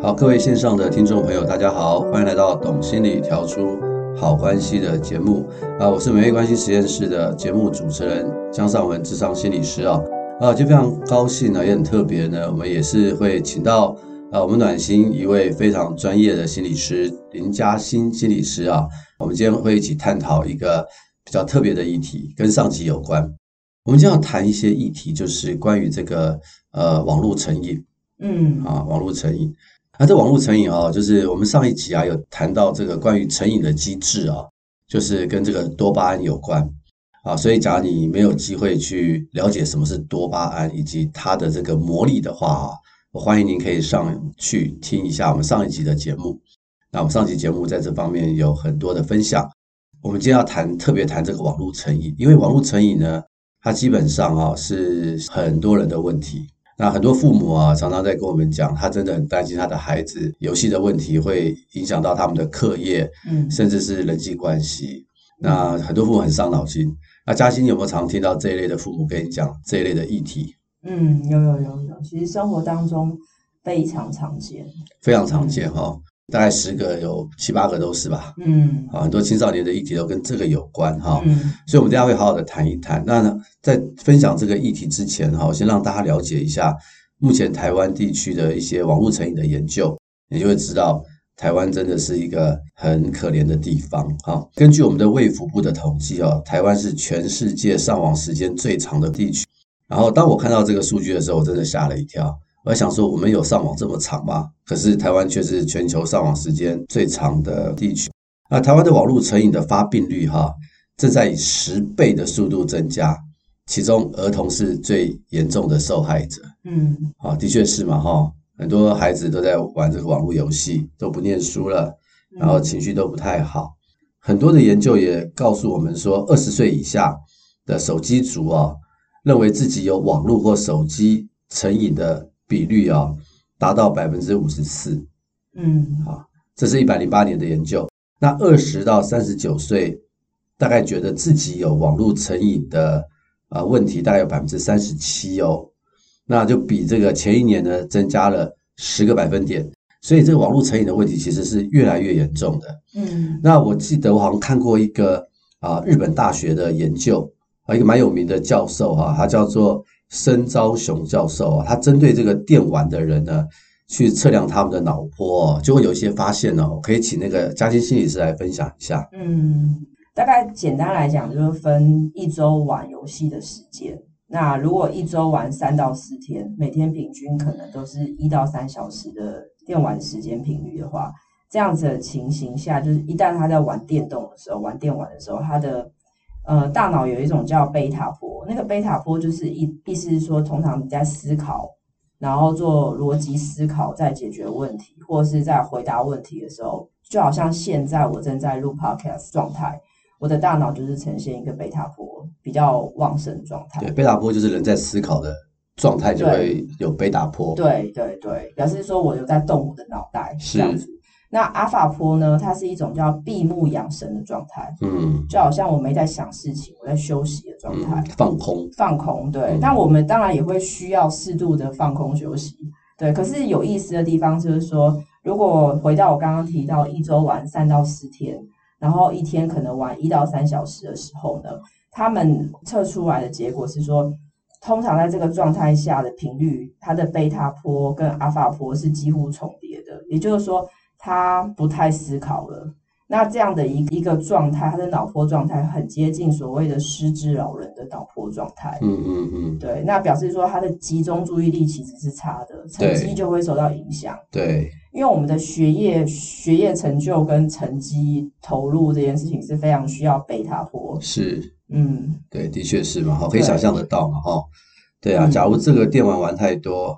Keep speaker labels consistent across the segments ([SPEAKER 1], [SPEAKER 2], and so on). [SPEAKER 1] 好，各位线上的听众朋友，大家好，欢迎来到《懂心理调出好关系》的节目啊，我是美味关系实验室的节目主持人江尚文，智商心理师啊啊，就非常高兴呢，也很特别呢，我们也是会请到啊我们暖心一位非常专业的心理师林嘉欣心理师啊，我们今天会一起探讨一个比较特别的议题，跟上集有关。我们今天要谈一些议题，就是关于这个呃网络成瘾
[SPEAKER 2] 嗯
[SPEAKER 1] 啊，网络成瘾。啊，这网络成瘾啊，就是我们上一集啊有谈到这个关于成瘾的机制啊，就是跟这个多巴胺有关啊。所以，假如你没有机会去了解什么是多巴胺以及它的这个魔力的话啊，我欢迎您可以上去听一下我们上一集的节目。那我们上集节目在这方面有很多的分享。我们今天要谈特别谈这个网络成瘾，因为网络成瘾呢，它基本上啊是很多人的问题。那很多父母啊，常常在跟我们讲，他真的很担心他的孩子游戏的问题会影响到他们的课业，
[SPEAKER 2] 嗯
[SPEAKER 1] 甚至是人际关系。那很多父母很伤脑筋。那嘉欣有没有常听到这一类的父母跟你讲这一类的议题？
[SPEAKER 2] 嗯，有有有有，其实生活当中非常常见。
[SPEAKER 1] 非常常见哈、哦，大概十个有七八个都是吧。
[SPEAKER 2] 嗯
[SPEAKER 1] 啊，很多青少年的议题都跟这个有关哈、
[SPEAKER 2] 嗯
[SPEAKER 1] 所以，我们大家会好好的谈一谈。那呢在分享这个议题之前，哈，我先让大家了解一下目前台湾地区的一些网络成瘾的研究，你就会知道台湾真的是一个很可怜的地方。哈，根据我们的卫福部的统计，哦，台湾是全世界上网时间最长的地区。然后，当我看到这个数据的时候，我真的吓了一跳。我还想说，我们有上网这么长吗？可是台湾却是全球上网时间最长的地区。那台湾的网络成瘾的发病率哈、正在以十倍的速度增加，其中儿童是最严重的受害者。
[SPEAKER 2] 嗯
[SPEAKER 1] 啊，的确是嘛哈，很多孩子都在玩这个网络游戏，都不念书了，然后情绪都不太好。很多的研究也告诉我们说，二十岁以下的手机族啊，认为自己有网络或手机成瘾的比率啊，达到百分之五十四。
[SPEAKER 2] 嗯
[SPEAKER 1] 这是一百零八年的研究。那二十到三十九岁，大概觉得自己有网络成瘾的呃问题，大概有百分之三十七哦。那就比这个前一年呢增加了十个百分点，所以这个网络成瘾的问题其实是越来越严重的。
[SPEAKER 2] 嗯
[SPEAKER 1] 那我记得我好像看过一个啊、日本大学的研究啊，一个蛮有名的教授哈、他叫做深昭雄教授啊，他针对这个电玩的人呢，去测量他们的脑波、哦，就会有一些发现哦。可以请那个嘉欣心理师来分享一下。
[SPEAKER 2] 嗯，大概简单来讲，就是分一周玩游戏的时间。那如果一周玩三到四天，每天平均可能都是一到三小时的电玩时间频率的话，这样子的情形下，就是一旦他在玩电动的时候，玩电玩的时候，他的呃大脑有一种叫贝塔波，那个贝塔波就是意意思是说，通常你在思考，然后做逻辑思考，在解决问题或是在回答问题的时候，就好像现在我正在录 podcast 状态，我的大脑就是呈现一个贝塔波比较旺盛的状态
[SPEAKER 1] 对，。贝塔波就是人在思考的状态就会有贝塔波。
[SPEAKER 2] 对对对，表示说我有在动我的脑袋
[SPEAKER 1] 是
[SPEAKER 2] 这样子。那阿法波呢，它是一种叫闭目养神的状态，
[SPEAKER 1] 嗯
[SPEAKER 2] 就好像我没在想事情，我在休息的状态，
[SPEAKER 1] 嗯，放空。
[SPEAKER 2] 放空。对
[SPEAKER 1] 嗯，
[SPEAKER 2] 但我们当然也会需要适度的放空休息。对，可是有意思的地方就是说，如果回到我刚刚提到一周玩三到四天，然后一天可能玩一到三小时的时候呢，他们测出来的结果是说，通常在这个状态下的频率，它的贝塔波跟阿法波是几乎重叠的，也就是说，他不太思考了。那这样的一一个状态，他的脑波状态很接近所谓的失智老人的脑波状态。
[SPEAKER 1] 嗯嗯嗯，
[SPEAKER 2] 对，那表示说他的集中注意力其实是差的，成
[SPEAKER 1] 对
[SPEAKER 2] 绩就会受到影响。
[SPEAKER 1] 对，
[SPEAKER 2] 因为我们的学业、学业成就跟成绩投入这件事情是非常需要贝塔波。
[SPEAKER 1] 是。
[SPEAKER 2] 嗯，
[SPEAKER 1] 对，的确是嘛，哈，可以
[SPEAKER 2] 对
[SPEAKER 1] 想象得到嘛，哈，对啊，
[SPEAKER 2] 嗯
[SPEAKER 1] 假如这个电玩玩太多，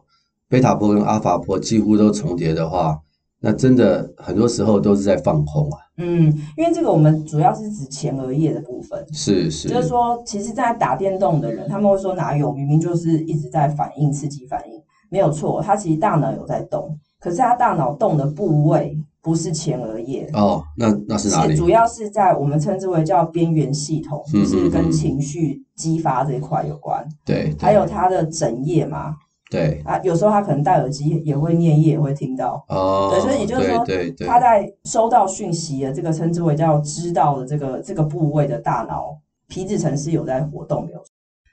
[SPEAKER 1] 贝塔波跟阿法波几乎都重叠的话，那真的很多时候都是在放空啊，
[SPEAKER 2] 嗯，因为这个我们主要是指前额叶的部分，
[SPEAKER 1] 是是，
[SPEAKER 2] 就是说，其实在打电动的人，他们会说哪有，明明就是一直在反应刺激反应，没有错，他其实大脑有在动，可是他大脑动的部位不是前额叶。
[SPEAKER 1] 哦，那那是哪里？
[SPEAKER 2] 主要是在我们称之为叫边缘系统，
[SPEAKER 1] 嗯
[SPEAKER 2] 就是
[SPEAKER 1] 嗯嗯
[SPEAKER 2] 跟情绪激发这一块有关，
[SPEAKER 1] 对，对
[SPEAKER 2] 还有他的枕叶嘛，
[SPEAKER 1] 对，
[SPEAKER 2] 啊，有时候他可能戴耳机也会念，也会听到。
[SPEAKER 1] 哦，
[SPEAKER 2] 对所以也就是说
[SPEAKER 1] 对对对，
[SPEAKER 2] 他在收到讯息的这个称之为叫知道的这个这个部位的大脑皮质层是有在活动的，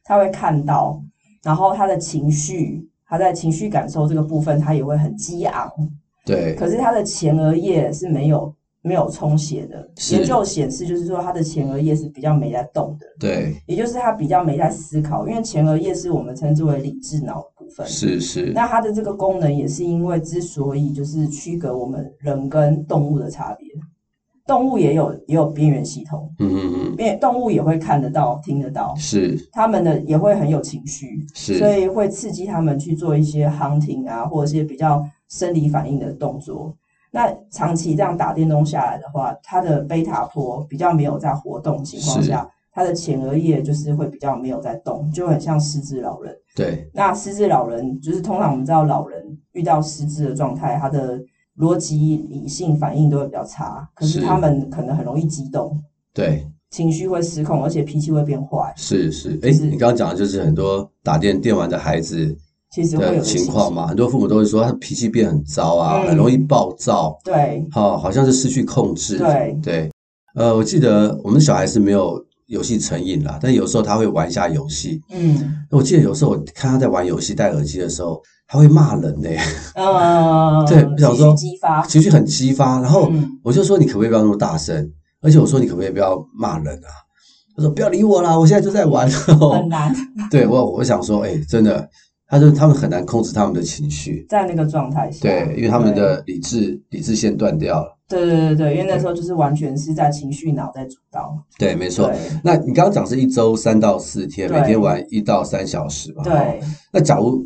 [SPEAKER 2] 他会看到，然后他的情绪，他在情绪感受这个部分，他也会很激昂，
[SPEAKER 1] 对
[SPEAKER 2] 可是他的前额叶是没有没有充血的。
[SPEAKER 1] 是
[SPEAKER 2] 研究显示，就是说他的前额叶是比较没在动的，
[SPEAKER 1] 对
[SPEAKER 2] 也就是他比较没在思考，因为前额叶是我们称之为理智脑的部分。
[SPEAKER 1] 是是，
[SPEAKER 2] 那它的这个功能也是因为之所以就是区隔我们人跟动物的差别，动物也有也有边缘系统，
[SPEAKER 1] 嗯嗯
[SPEAKER 2] 因为动物也会看得到、听得到
[SPEAKER 1] 嗯，，是
[SPEAKER 2] 它们的也会很有情绪，
[SPEAKER 1] 是，
[SPEAKER 2] 所以会刺激它们去做一些 hunting 啊，或者是比较生理反应的动作。那长期这样打电动下来的话，它的贝塔波比较没有在活动情况
[SPEAKER 1] 是
[SPEAKER 2] 下，它的前额叶就是会比较没有在动，就很像失智老人。
[SPEAKER 1] 对
[SPEAKER 2] 那失智老人就是通常我们知道，老人遇到失智的状态，他的逻辑、理性反应都会比较差，可是
[SPEAKER 1] 是
[SPEAKER 2] 他们可能很容易激动，
[SPEAKER 1] 对
[SPEAKER 2] 情绪会失控，而且脾气会变坏，
[SPEAKER 1] 是是，哎，
[SPEAKER 2] 是
[SPEAKER 1] 你刚刚讲的就是很多打电电玩的孩子
[SPEAKER 2] 其实会有
[SPEAKER 1] 的
[SPEAKER 2] 的
[SPEAKER 1] 情况嘛，很多父母都会说他脾气变很糟啊，
[SPEAKER 2] 嗯
[SPEAKER 1] 很容易暴躁，
[SPEAKER 2] 情绪。对
[SPEAKER 1] 哦好，好像是失去控制，
[SPEAKER 2] 对
[SPEAKER 1] 对，呃，我记得我们小孩是没有游戏成瘾啦，但有时候他会玩一下游戏，
[SPEAKER 2] 嗯
[SPEAKER 1] 我记得有时候我看他在玩游戏戴耳机的时候，他会骂人的耶，
[SPEAKER 2] 呃，
[SPEAKER 1] 对不想
[SPEAKER 2] 情
[SPEAKER 1] 说哦
[SPEAKER 2] 绪激 发，
[SPEAKER 1] 情绪很激发。然后
[SPEAKER 2] 啊嗯
[SPEAKER 1] 我就说你可不可以不要那么大声？而且我说你可不可以不要骂人啊？他说不要理我啦，我现在就在玩。哦
[SPEAKER 2] 很难
[SPEAKER 1] 对我我想说，哎、真的，他说他们很难控制他们的情绪，
[SPEAKER 2] 在那个状态下。
[SPEAKER 1] 对，因为他们的理智理智线断掉了。
[SPEAKER 2] 对对对对，因为那时候就是完全是在情绪脑在主导。
[SPEAKER 1] 对，没错。
[SPEAKER 2] 对
[SPEAKER 1] 那你刚刚讲是一周三到四天，
[SPEAKER 2] 对
[SPEAKER 1] 每天玩一到三小时嘛？哦。
[SPEAKER 2] 对，
[SPEAKER 1] 那假如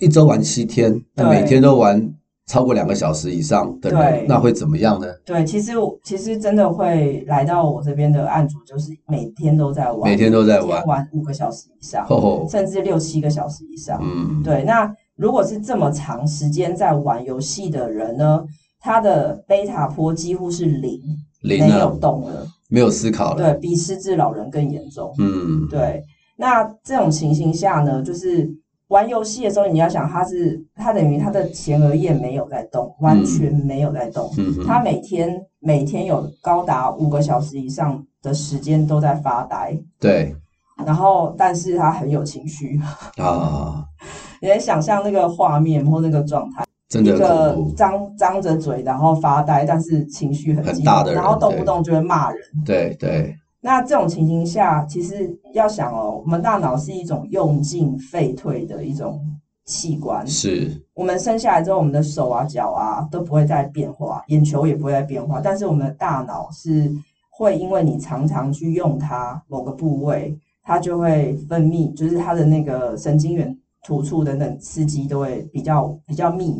[SPEAKER 1] 一周玩七天，那
[SPEAKER 2] 对
[SPEAKER 1] 每天都玩超过两个小时以上的人
[SPEAKER 2] 对，
[SPEAKER 1] 那会怎么样呢？
[SPEAKER 2] 对，其实我其实真的会来到我这边的案主，就是每天都在玩，
[SPEAKER 1] 每天都在
[SPEAKER 2] 一
[SPEAKER 1] 玩
[SPEAKER 2] 天，玩五个小时以上，
[SPEAKER 1] 哦，
[SPEAKER 2] 甚至六七个小时以上。
[SPEAKER 1] 嗯，
[SPEAKER 2] 对，那如果是这么长时间在玩游戏的人呢，他的贝塔波几乎是零，
[SPEAKER 1] 零啊
[SPEAKER 2] 没
[SPEAKER 1] 了
[SPEAKER 2] 有，动了，
[SPEAKER 1] 没有思考了，
[SPEAKER 2] 对比失智老人更严重。
[SPEAKER 1] 嗯，
[SPEAKER 2] 对，那这种情形下呢，就是玩游戏的时候，你要想他是他等于他的前额叶没有在动，完全没有在动。
[SPEAKER 1] 嗯哼，
[SPEAKER 2] 他每天每天有高达五个小时以上的时间都在发呆，
[SPEAKER 1] 对
[SPEAKER 2] 然后但是他很有情绪，
[SPEAKER 1] 啊，
[SPEAKER 2] 你能想象那个画面或那个状态，
[SPEAKER 1] 真
[SPEAKER 2] 一
[SPEAKER 1] 的
[SPEAKER 2] 个
[SPEAKER 1] 很恐怖，
[SPEAKER 2] 张张着嘴然后发呆，但是情绪很
[SPEAKER 1] 很
[SPEAKER 2] 激
[SPEAKER 1] 大
[SPEAKER 2] 动
[SPEAKER 1] 的人
[SPEAKER 2] 然后动不
[SPEAKER 1] 对
[SPEAKER 2] 动就会骂人。
[SPEAKER 1] 对对，
[SPEAKER 2] 那这种情形下，其实要想哦，我们大脑是一种用进废退的一种器官。
[SPEAKER 1] 是，
[SPEAKER 2] 我们生下来之后，我们的手啊、脚啊都不会再变化，眼球也不会再变化，但是我们的大脑是会因为你常常去用它某个部位，它就会分泌，就是它的那个神经元突触等等刺激都会比较比较密，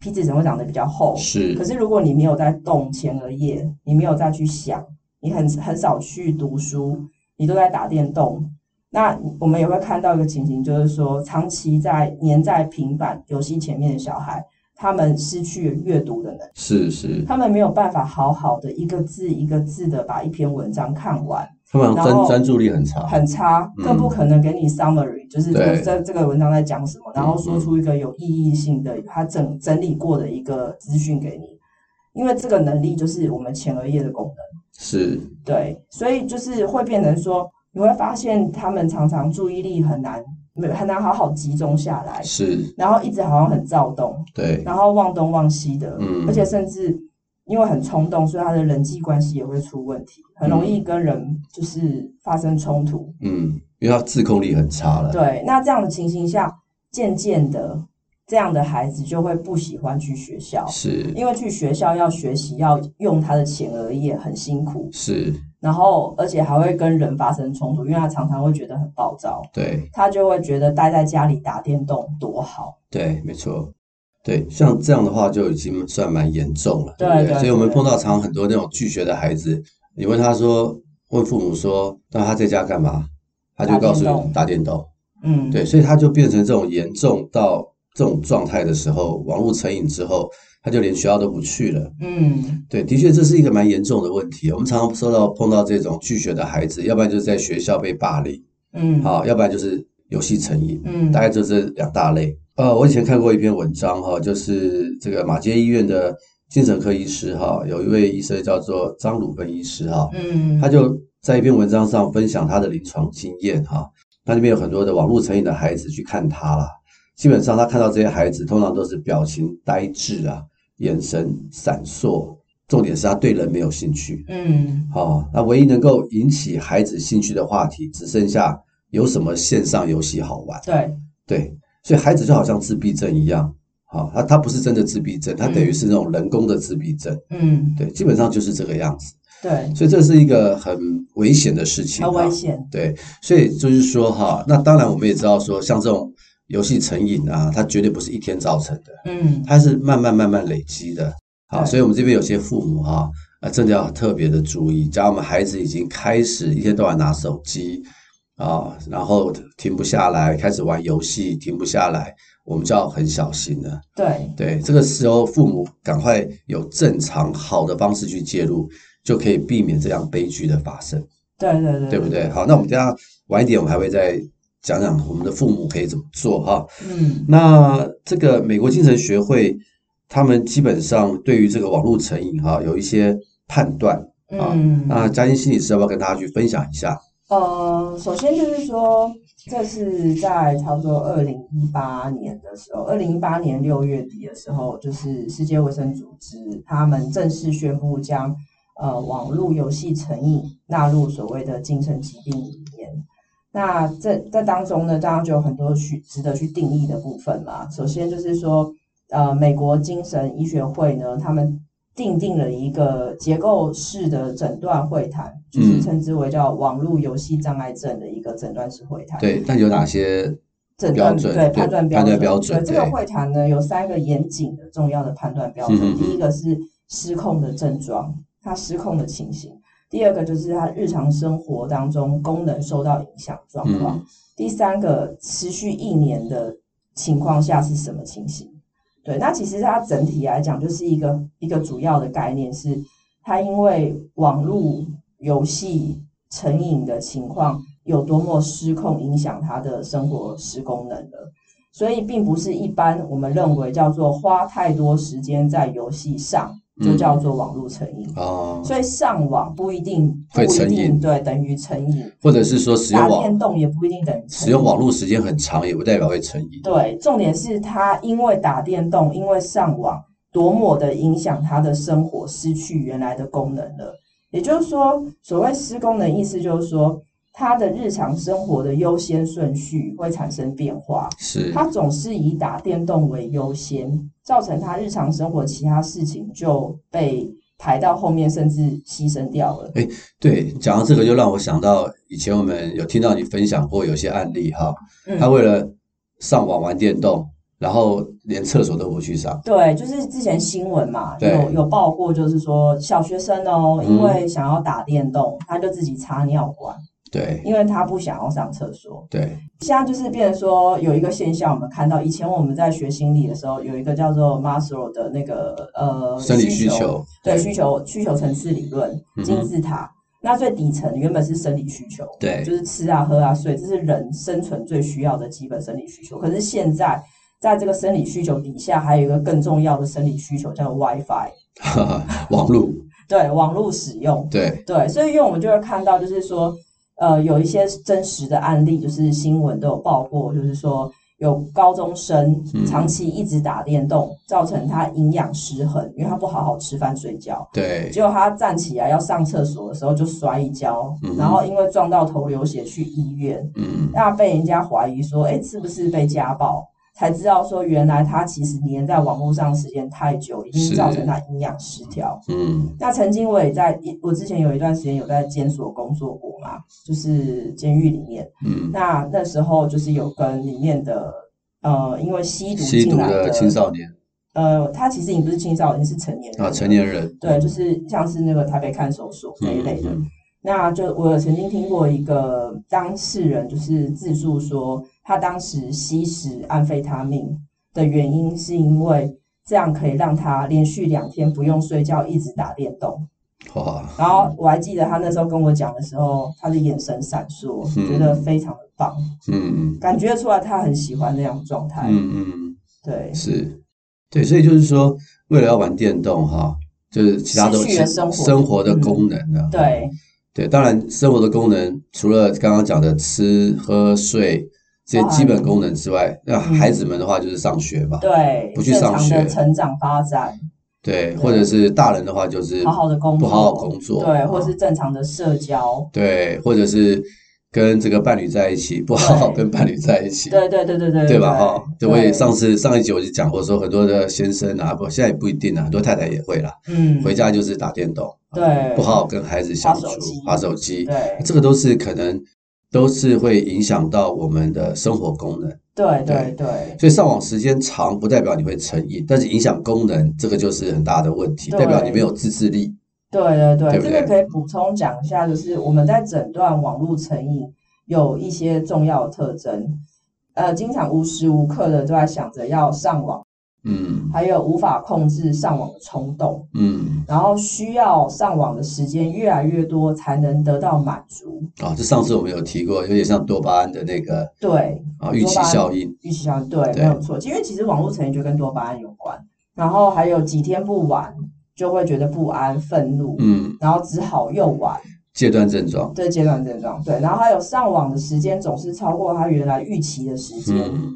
[SPEAKER 2] 皮质层会长得比较厚。
[SPEAKER 1] 是
[SPEAKER 2] 可，是如果你没有在动前额叶，你没有再去想，你很很少去读书，你都在打电动。那我们也会看到一个情形，就是说，长期在黏在平板游戏前面的小孩，他们失去了阅读的能力，
[SPEAKER 1] 是是，
[SPEAKER 2] 他们没有办法好好的一个字一个字的把一篇文章看完，
[SPEAKER 1] 他们
[SPEAKER 2] 然
[SPEAKER 1] 专
[SPEAKER 2] 后
[SPEAKER 1] 专注力很差，
[SPEAKER 2] 很差，
[SPEAKER 1] 嗯
[SPEAKER 2] 更不可能给你 summary，、就是这个
[SPEAKER 1] 对
[SPEAKER 2] 这这个文章在讲什么，然后
[SPEAKER 1] 嗯
[SPEAKER 2] 说
[SPEAKER 1] 嗯
[SPEAKER 2] 出一个有意义性的，他整整理过的一个资讯给你，因为这个能力就是我们前额叶的功能，
[SPEAKER 1] 是，
[SPEAKER 2] 对，所以就是会变成说，你会发现他们常常注意力很难，没很难好好集中下来，
[SPEAKER 1] 是，
[SPEAKER 2] 然后一直好像很躁动，
[SPEAKER 1] 对，
[SPEAKER 2] 然后忘东忘西的，
[SPEAKER 1] 嗯
[SPEAKER 2] 而且甚至因为很冲动，所以他的人际关系也会出问题，很容易跟人就是发生冲突。
[SPEAKER 1] 嗯，因为他自控力很差了，
[SPEAKER 2] 对，那这样的情形下，渐渐的，这样的孩子就会不喜欢去学校，
[SPEAKER 1] 是
[SPEAKER 2] 因为去学校要学习，要用他的前额叶，很辛苦，
[SPEAKER 1] 是，
[SPEAKER 2] 然后而且还会跟人发生冲突，因为他常常会觉得很暴躁，
[SPEAKER 1] 对
[SPEAKER 2] 他就会觉得待在家里打电动多好。
[SPEAKER 1] 对，没错。对，像这样的话就已经算蛮严重了，不
[SPEAKER 2] 对
[SPEAKER 1] 对？
[SPEAKER 2] 对
[SPEAKER 1] 所以我们
[SPEAKER 2] 对
[SPEAKER 1] 碰到常常很多那种拒学的孩子，你问他说，问父母说，那他在家干嘛？他就
[SPEAKER 2] 打
[SPEAKER 1] 告诉
[SPEAKER 2] 电动
[SPEAKER 1] 你打电动。
[SPEAKER 2] 嗯，
[SPEAKER 1] 对，所以他就变成这种严重到这种状态的时候，网络成瘾之后，他就连学校都不去了。
[SPEAKER 2] 嗯，
[SPEAKER 1] 对，的确这是一个蛮严重的问题。我们常常收到碰到这种拒学的孩子，要不然就是在学校被霸凌，
[SPEAKER 2] 嗯嗯，
[SPEAKER 1] 好，要不然就是游戏成瘾，
[SPEAKER 2] 嗯
[SPEAKER 1] 大概就这两大类。呃，我以前看过一篇文章哈，就是这个马街医院的精神科医师哈，有一位医生叫做张鲁芬医师哈，
[SPEAKER 2] 嗯，
[SPEAKER 1] 他就在一篇文章上分享他的临床经验哈，那里面有很多的网络成瘾的孩子去看他啦，基本上他看到这些孩子通常都是表情呆滞啊，眼神闪烁，重点是他对人没有兴趣。
[SPEAKER 2] 嗯
[SPEAKER 1] 哦，那唯一能够引起孩子兴趣的话题，只剩下有什么线上游戏好玩。
[SPEAKER 2] 对，
[SPEAKER 1] 对，所以孩子就好像自闭症一样，好、他他不是真的自闭症，他等于是那种人工的自闭症，
[SPEAKER 2] 嗯
[SPEAKER 1] 对，基本上就是这个样子。
[SPEAKER 2] 对，
[SPEAKER 1] 所以这是一个很危险的事情、啊，
[SPEAKER 2] 很危险，
[SPEAKER 1] 对，所以就是说哈、那当然我们也知道说，像这种游戏成瘾啊，它绝对不是一天造成的，
[SPEAKER 2] 嗯
[SPEAKER 1] 它是慢慢慢慢累积的。好，
[SPEAKER 2] 对
[SPEAKER 1] 所以我们这边有些父母哈、啊，真的要特别的注意，假如我们孩子已经开始一天到晚拿手机啊，然后停不下来，开始玩游戏停不下来，我们就要很小心了。
[SPEAKER 2] 对，
[SPEAKER 1] 对，这个时候父母赶快有正常好的方式去介入，就可以避免这样悲剧的发生。
[SPEAKER 2] 对对对，
[SPEAKER 1] 对不对？好，那我们等一下晚一点，我们还会再讲讲我们的父母可以怎么做哈。
[SPEAKER 2] 嗯
[SPEAKER 1] 那这个美国精神学会，他们基本上对于这个网络成瘾哈有一些判断。啊
[SPEAKER 2] 嗯
[SPEAKER 1] 那嘉欣心理师要不要跟大家去分享一下？
[SPEAKER 2] 呃，首先就是说，这是在差不多二零一八年的时候，二零一八年六月底的时候，就是世界卫生组织他们正式宣布将呃网络游戏成瘾纳入所谓的精神疾病里面。那这在当中呢，当然就有很多去值得去定义的部分嘛。首先就是说，呃，美国精神医学会呢，他们定定了一个结构式的诊断会谈，就是
[SPEAKER 1] 嗯
[SPEAKER 2] 称之为叫网络游戏障碍症的一个诊断式会谈。
[SPEAKER 1] 对，那有哪些？
[SPEAKER 2] 诊
[SPEAKER 1] 标
[SPEAKER 2] 断
[SPEAKER 1] 准
[SPEAKER 2] 对
[SPEAKER 1] 对
[SPEAKER 2] 判断
[SPEAKER 1] 判断标准
[SPEAKER 2] 准。对这个
[SPEAKER 1] 对
[SPEAKER 2] 会谈呢，有三个严谨的重要的判断标准。
[SPEAKER 1] 嗯嗯嗯
[SPEAKER 2] 第一个是失控的症状，他失控的情形；第二个就是他日常生活当中功能受到影响状况；
[SPEAKER 1] 嗯
[SPEAKER 2] 第三个持续一年的情况下是什么情形？对，那其实它整体来讲就是一个一个主要的概念是，它因为网络游戏成瘾的情况有多么失控，影响他的生活失功能了。所以，并不是一般我们认为叫做花太多时间在游戏上，
[SPEAKER 1] 嗯
[SPEAKER 2] 就叫做网络成瘾。
[SPEAKER 1] 哦，
[SPEAKER 2] 所以，上网不一定不
[SPEAKER 1] 会
[SPEAKER 2] 一
[SPEAKER 1] 成
[SPEAKER 2] 定
[SPEAKER 1] 瘾
[SPEAKER 2] 对等于成瘾，
[SPEAKER 1] 或者是说使用
[SPEAKER 2] 打
[SPEAKER 1] 网
[SPEAKER 2] 电动也不一定等于成瘾
[SPEAKER 1] 使用网络时间很长，也不代表会成瘾。
[SPEAKER 2] 对，重点是他因为打电动，因为上网，多么的影响他的生活，失去原来的功能了。也就是说，所谓失功能，意思就是说，他的日常生活的优先顺序会产生变化，
[SPEAKER 1] 是，
[SPEAKER 2] 他总是以打电动为优先，造成他日常生活其他事情就被排到后面，甚至牺牲掉了。
[SPEAKER 1] 对，讲到这个就让我想到以前我们有听到你分享过有些案例哈，他
[SPEAKER 2] 嗯，
[SPEAKER 1] 为了上网玩电动，然后连厕所都不去上。
[SPEAKER 2] 对，就是之前新闻嘛，
[SPEAKER 1] 对嗯
[SPEAKER 2] 有有报过，就是说小学生哦，因为想要打电动，他就自己插尿管，
[SPEAKER 1] 对
[SPEAKER 2] 因为他不想要上厕所。
[SPEAKER 1] 对，
[SPEAKER 2] 现在就是变成说有一个现象，我们看到以前我们在学心理的时候，有一个叫做 Maslow 的那个呃
[SPEAKER 1] 生理需求，
[SPEAKER 2] 对需求需求层次理论
[SPEAKER 1] 嗯哼
[SPEAKER 2] 金字塔。那最底层原本是生理需求，
[SPEAKER 1] 对
[SPEAKER 2] 就是吃啊、喝啊、睡，这是人生存最需要的基本生理需求。可是现在，在这个生理需求底下，还有一个更重要的生理需求，叫做 WiFi，
[SPEAKER 1] 网络，
[SPEAKER 2] 对网络使用。
[SPEAKER 1] 对
[SPEAKER 2] 对，所以因为我们就会看到，就是说，呃，有一些真实的案例，就是新闻都有报过，就是说有高中生
[SPEAKER 1] 嗯
[SPEAKER 2] 长期一直打电动，造成他营养失衡，因为他不好好吃饭睡觉。
[SPEAKER 1] 对
[SPEAKER 2] 结果他站起来要上厕所的时候就摔一跤，
[SPEAKER 1] 嗯哼
[SPEAKER 2] 然后因为撞到头流血去医院，
[SPEAKER 1] 嗯，
[SPEAKER 2] 那被人家怀疑说，哎，是不是被家暴？才知道说原来他其实黏在网络上时间太久，已经
[SPEAKER 1] 是
[SPEAKER 2] 造成他营养失调。
[SPEAKER 1] 嗯
[SPEAKER 2] 那曾经我也在一，我之前有一段时间有在监所工作过嘛，就是监狱里面。
[SPEAKER 1] 嗯，
[SPEAKER 2] 那那时候就是有跟里面的呃，因为吸毒
[SPEAKER 1] 吸
[SPEAKER 2] 进
[SPEAKER 1] 毒
[SPEAKER 2] 来
[SPEAKER 1] 的青少年
[SPEAKER 2] 呃，他其实已经不是青少年，是成年人
[SPEAKER 1] 啊，成年人，
[SPEAKER 2] 对，就是像是那个台北看守所
[SPEAKER 1] 嗯
[SPEAKER 2] 那一类的。那就我有曾经听过一个当事人，就是自述说，他当时吸食安非他命的原因，是因为这样可以让他连续两天不用睡觉，一直打电动。
[SPEAKER 1] 嗯哇，
[SPEAKER 2] 然后我还记得他那时候跟我讲的时候，他的眼神闪烁，
[SPEAKER 1] 嗯
[SPEAKER 2] 觉得非常的棒，
[SPEAKER 1] 嗯
[SPEAKER 2] 感觉出来他很喜欢那种状态。
[SPEAKER 1] 嗯嗯，
[SPEAKER 2] 对，
[SPEAKER 1] 是，对，所以就是说，为了要玩电动哈，就是其他都
[SPEAKER 2] 失去了生活嗯
[SPEAKER 1] 生活的功能呢、
[SPEAKER 2] 对，
[SPEAKER 1] 对，当然生活的功能除了刚刚讲的吃喝睡这些基本功能之外，那孩子们的话就是上学嘛，
[SPEAKER 2] 嗯对，
[SPEAKER 1] 不去
[SPEAKER 2] 正
[SPEAKER 1] 上
[SPEAKER 2] 常的
[SPEAKER 1] 学
[SPEAKER 2] 成长发展，
[SPEAKER 1] 对，或者是大人的话就是
[SPEAKER 2] 好好的工
[SPEAKER 1] 不
[SPEAKER 2] 作，
[SPEAKER 1] 好好工作，
[SPEAKER 2] 对，
[SPEAKER 1] 啊
[SPEAKER 2] 或是正常的社交，
[SPEAKER 1] 对，或者是跟这个伴侣在一起，不好好
[SPEAKER 2] 对
[SPEAKER 1] 跟伴侣在一起，
[SPEAKER 2] 对对对对对，
[SPEAKER 1] 对吧？哈，对，
[SPEAKER 2] 对，
[SPEAKER 1] 我也上次上一集我就讲过，说很多的先生啊，不，现在也不一定啊，很多太太也会啦，
[SPEAKER 2] 嗯
[SPEAKER 1] 回家就是打电动，啊
[SPEAKER 2] 对
[SPEAKER 1] 不好好跟孩子相处
[SPEAKER 2] 划手机，
[SPEAKER 1] 划手机，
[SPEAKER 2] 对
[SPEAKER 1] 这个都是可能都是会影响到我们的生活功能。
[SPEAKER 2] 对对
[SPEAKER 1] 对
[SPEAKER 2] 对
[SPEAKER 1] 所以上网时间长不代表你会成瘾，但是影响功能这个就是很大的问题，
[SPEAKER 2] 对
[SPEAKER 1] 代表你没有自制力。
[SPEAKER 2] 对对
[SPEAKER 1] 对
[SPEAKER 2] 对，
[SPEAKER 1] 不
[SPEAKER 2] 这
[SPEAKER 1] 对
[SPEAKER 2] 个可以补充讲一下，就是我们在诊断网络成瘾有一些重要的特征，呃，经常无时无刻的都在想着要上网，
[SPEAKER 1] 嗯
[SPEAKER 2] 还有无法控制上网的冲动，
[SPEAKER 1] 嗯，
[SPEAKER 2] 然后需要上网的时间越来越多才能得到满足。
[SPEAKER 1] 啊，这上次我们有提过，有点像多巴胺的那个
[SPEAKER 2] 对，
[SPEAKER 1] 啊预期效应。
[SPEAKER 2] 预期效应对，
[SPEAKER 1] 对
[SPEAKER 2] 没有错。因为其实网络成瘾就跟多巴胺有关，然后还有几天不玩就会觉得不安、愤怒，
[SPEAKER 1] 嗯，
[SPEAKER 2] 然后只好又玩。
[SPEAKER 1] 戒断症状。
[SPEAKER 2] 这阶段症状，对，然后还有上网的时间总是超过他原来预期的时间，
[SPEAKER 1] 嗯，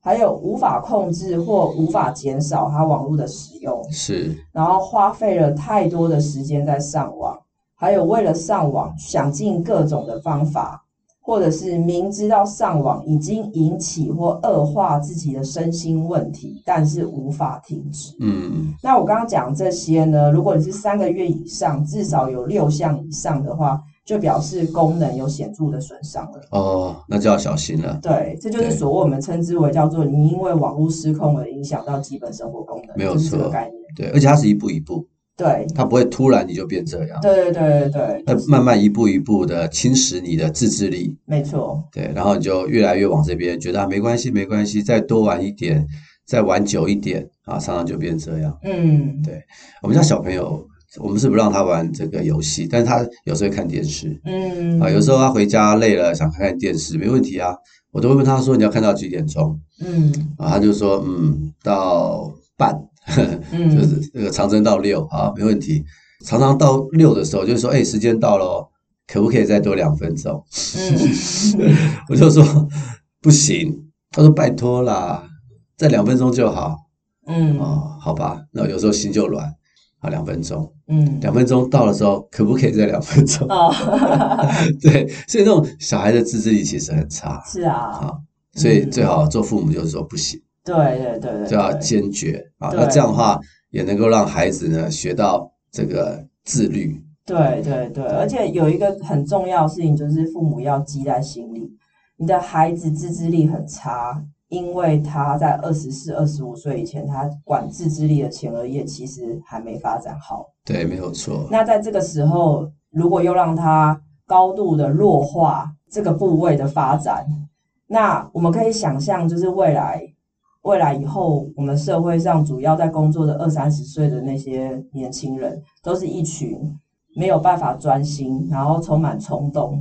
[SPEAKER 2] 还有无法控制或无法减少他网络的使用，
[SPEAKER 1] 是。
[SPEAKER 2] 然后花费了太多的时间在上网，还有为了上网想尽各种的方法，或者是明知道上网已经引起或恶化自己的身心问题，但是无法停止。
[SPEAKER 1] 嗯
[SPEAKER 2] 那我刚刚讲这些呢，如果你是三个月以上，至少有六项以上的话，就表示功能有显著的损伤了。
[SPEAKER 1] 哦，那就要小心了。
[SPEAKER 2] 对，这就是
[SPEAKER 1] 对
[SPEAKER 2] 所谓我们称之为叫做你因为网络失控而影响到基本生活功能，
[SPEAKER 1] 没有
[SPEAKER 2] 就是这
[SPEAKER 1] 错
[SPEAKER 2] 个概念。
[SPEAKER 1] 对，而且它是一步一步，
[SPEAKER 2] 对，
[SPEAKER 1] 它不会突然你就变这样，
[SPEAKER 2] 对对对对
[SPEAKER 1] 它
[SPEAKER 2] 对，
[SPEAKER 1] 慢慢一步一步的侵蚀你的自制力。
[SPEAKER 2] 没错，
[SPEAKER 1] 对，然后你就越来越往这边，觉得、啊、没关系，没关系，再多玩一点，再玩久一点啊，常常就变这样。
[SPEAKER 2] 嗯，
[SPEAKER 1] 对我们家小朋友，我们是不让他玩这个游戏，但是他有时候会看电视
[SPEAKER 2] 嗯，
[SPEAKER 1] 啊，有时候他回家累了想看看电视，没问题啊，我都会问他说你要看到几点钟
[SPEAKER 2] 嗯
[SPEAKER 1] 啊，他就说嗯到半，
[SPEAKER 2] 嗯，
[SPEAKER 1] 就是那个长征到六啊，没问题。常常到六的时候，就是说，哎、时间到了哦，可不可以再多两分钟？
[SPEAKER 2] 嗯，
[SPEAKER 1] 我就说不行，他说拜托啦，再两分钟就好
[SPEAKER 2] 嗯
[SPEAKER 1] 哦，好吧，那有时候心就软啊，两分钟，
[SPEAKER 2] 嗯嗯，
[SPEAKER 1] 两分钟到的时候可不可以再两分钟？
[SPEAKER 2] 哦，
[SPEAKER 1] 对，所以那种小孩的自制力其实很差，
[SPEAKER 2] 是啊，
[SPEAKER 1] 所以
[SPEAKER 2] 嗯
[SPEAKER 1] 最好做父母就是说不行，
[SPEAKER 2] 对对对对，
[SPEAKER 1] 就要
[SPEAKER 2] 对
[SPEAKER 1] 坚决啊，
[SPEAKER 2] 对
[SPEAKER 1] 那这样的话也能够让孩子呢学到这个自律，
[SPEAKER 2] 对对对，而且有一个很重要的事情，就是父母要记在心里，你的孩子自制力很差，因为他在二十四、二十五岁以前，他管自制力的前额叶其实还没发展好。
[SPEAKER 1] 对，没有错，
[SPEAKER 2] 那在这个时候，如果又让他高度的弱化这个部位的发展，那我们可以想象，就是未来。未来以后，我们社会上主要在工作的二三十岁的那些年轻人，都是一群没有办法专心，然后充满冲动，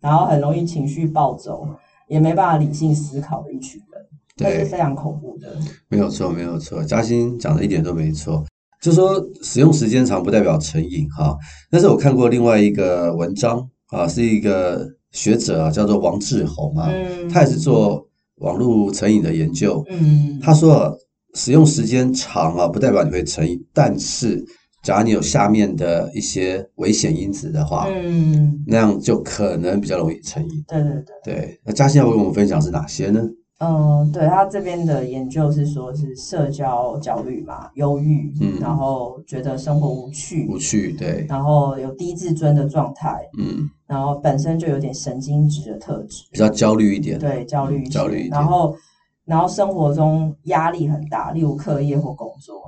[SPEAKER 2] 然后很容易情绪暴走，也没办法理性思考的一群人，这是
[SPEAKER 1] 对。
[SPEAKER 2] 非常恐怖的。
[SPEAKER 1] 没有错，没有错，嘉欣讲的一点都没错。就说使用时间长不代表成瘾哈，但是我看过另外一个文章啊，是一个学者啊，叫做王志宏啊，
[SPEAKER 2] 嗯，
[SPEAKER 1] 他也是做网络成瘾的研究。
[SPEAKER 2] 嗯，
[SPEAKER 1] 他说啊，使用时间长啊，不代表你会成瘾，但是假如你有下面的一些危险因子的话，
[SPEAKER 2] 嗯，
[SPEAKER 1] 那样就可能比较容易成瘾。
[SPEAKER 2] 对对对，
[SPEAKER 1] 对，那嘉欣要为我们分享是哪些呢？
[SPEAKER 2] 嗯，对他这边的研究是说是社交焦虑嘛，忧郁，
[SPEAKER 1] 嗯
[SPEAKER 2] 然后觉得生活无趣，
[SPEAKER 1] 无趣，对，
[SPEAKER 2] 然后有低自尊的状态，
[SPEAKER 1] 嗯，
[SPEAKER 2] 然后本身就有点神经质的特质，
[SPEAKER 1] 比较焦虑一点。
[SPEAKER 2] 对，焦虑一
[SPEAKER 1] 嗯
[SPEAKER 2] 些
[SPEAKER 1] 焦虑一点
[SPEAKER 2] 然后，然后生活中压力很大，例如课业或工作，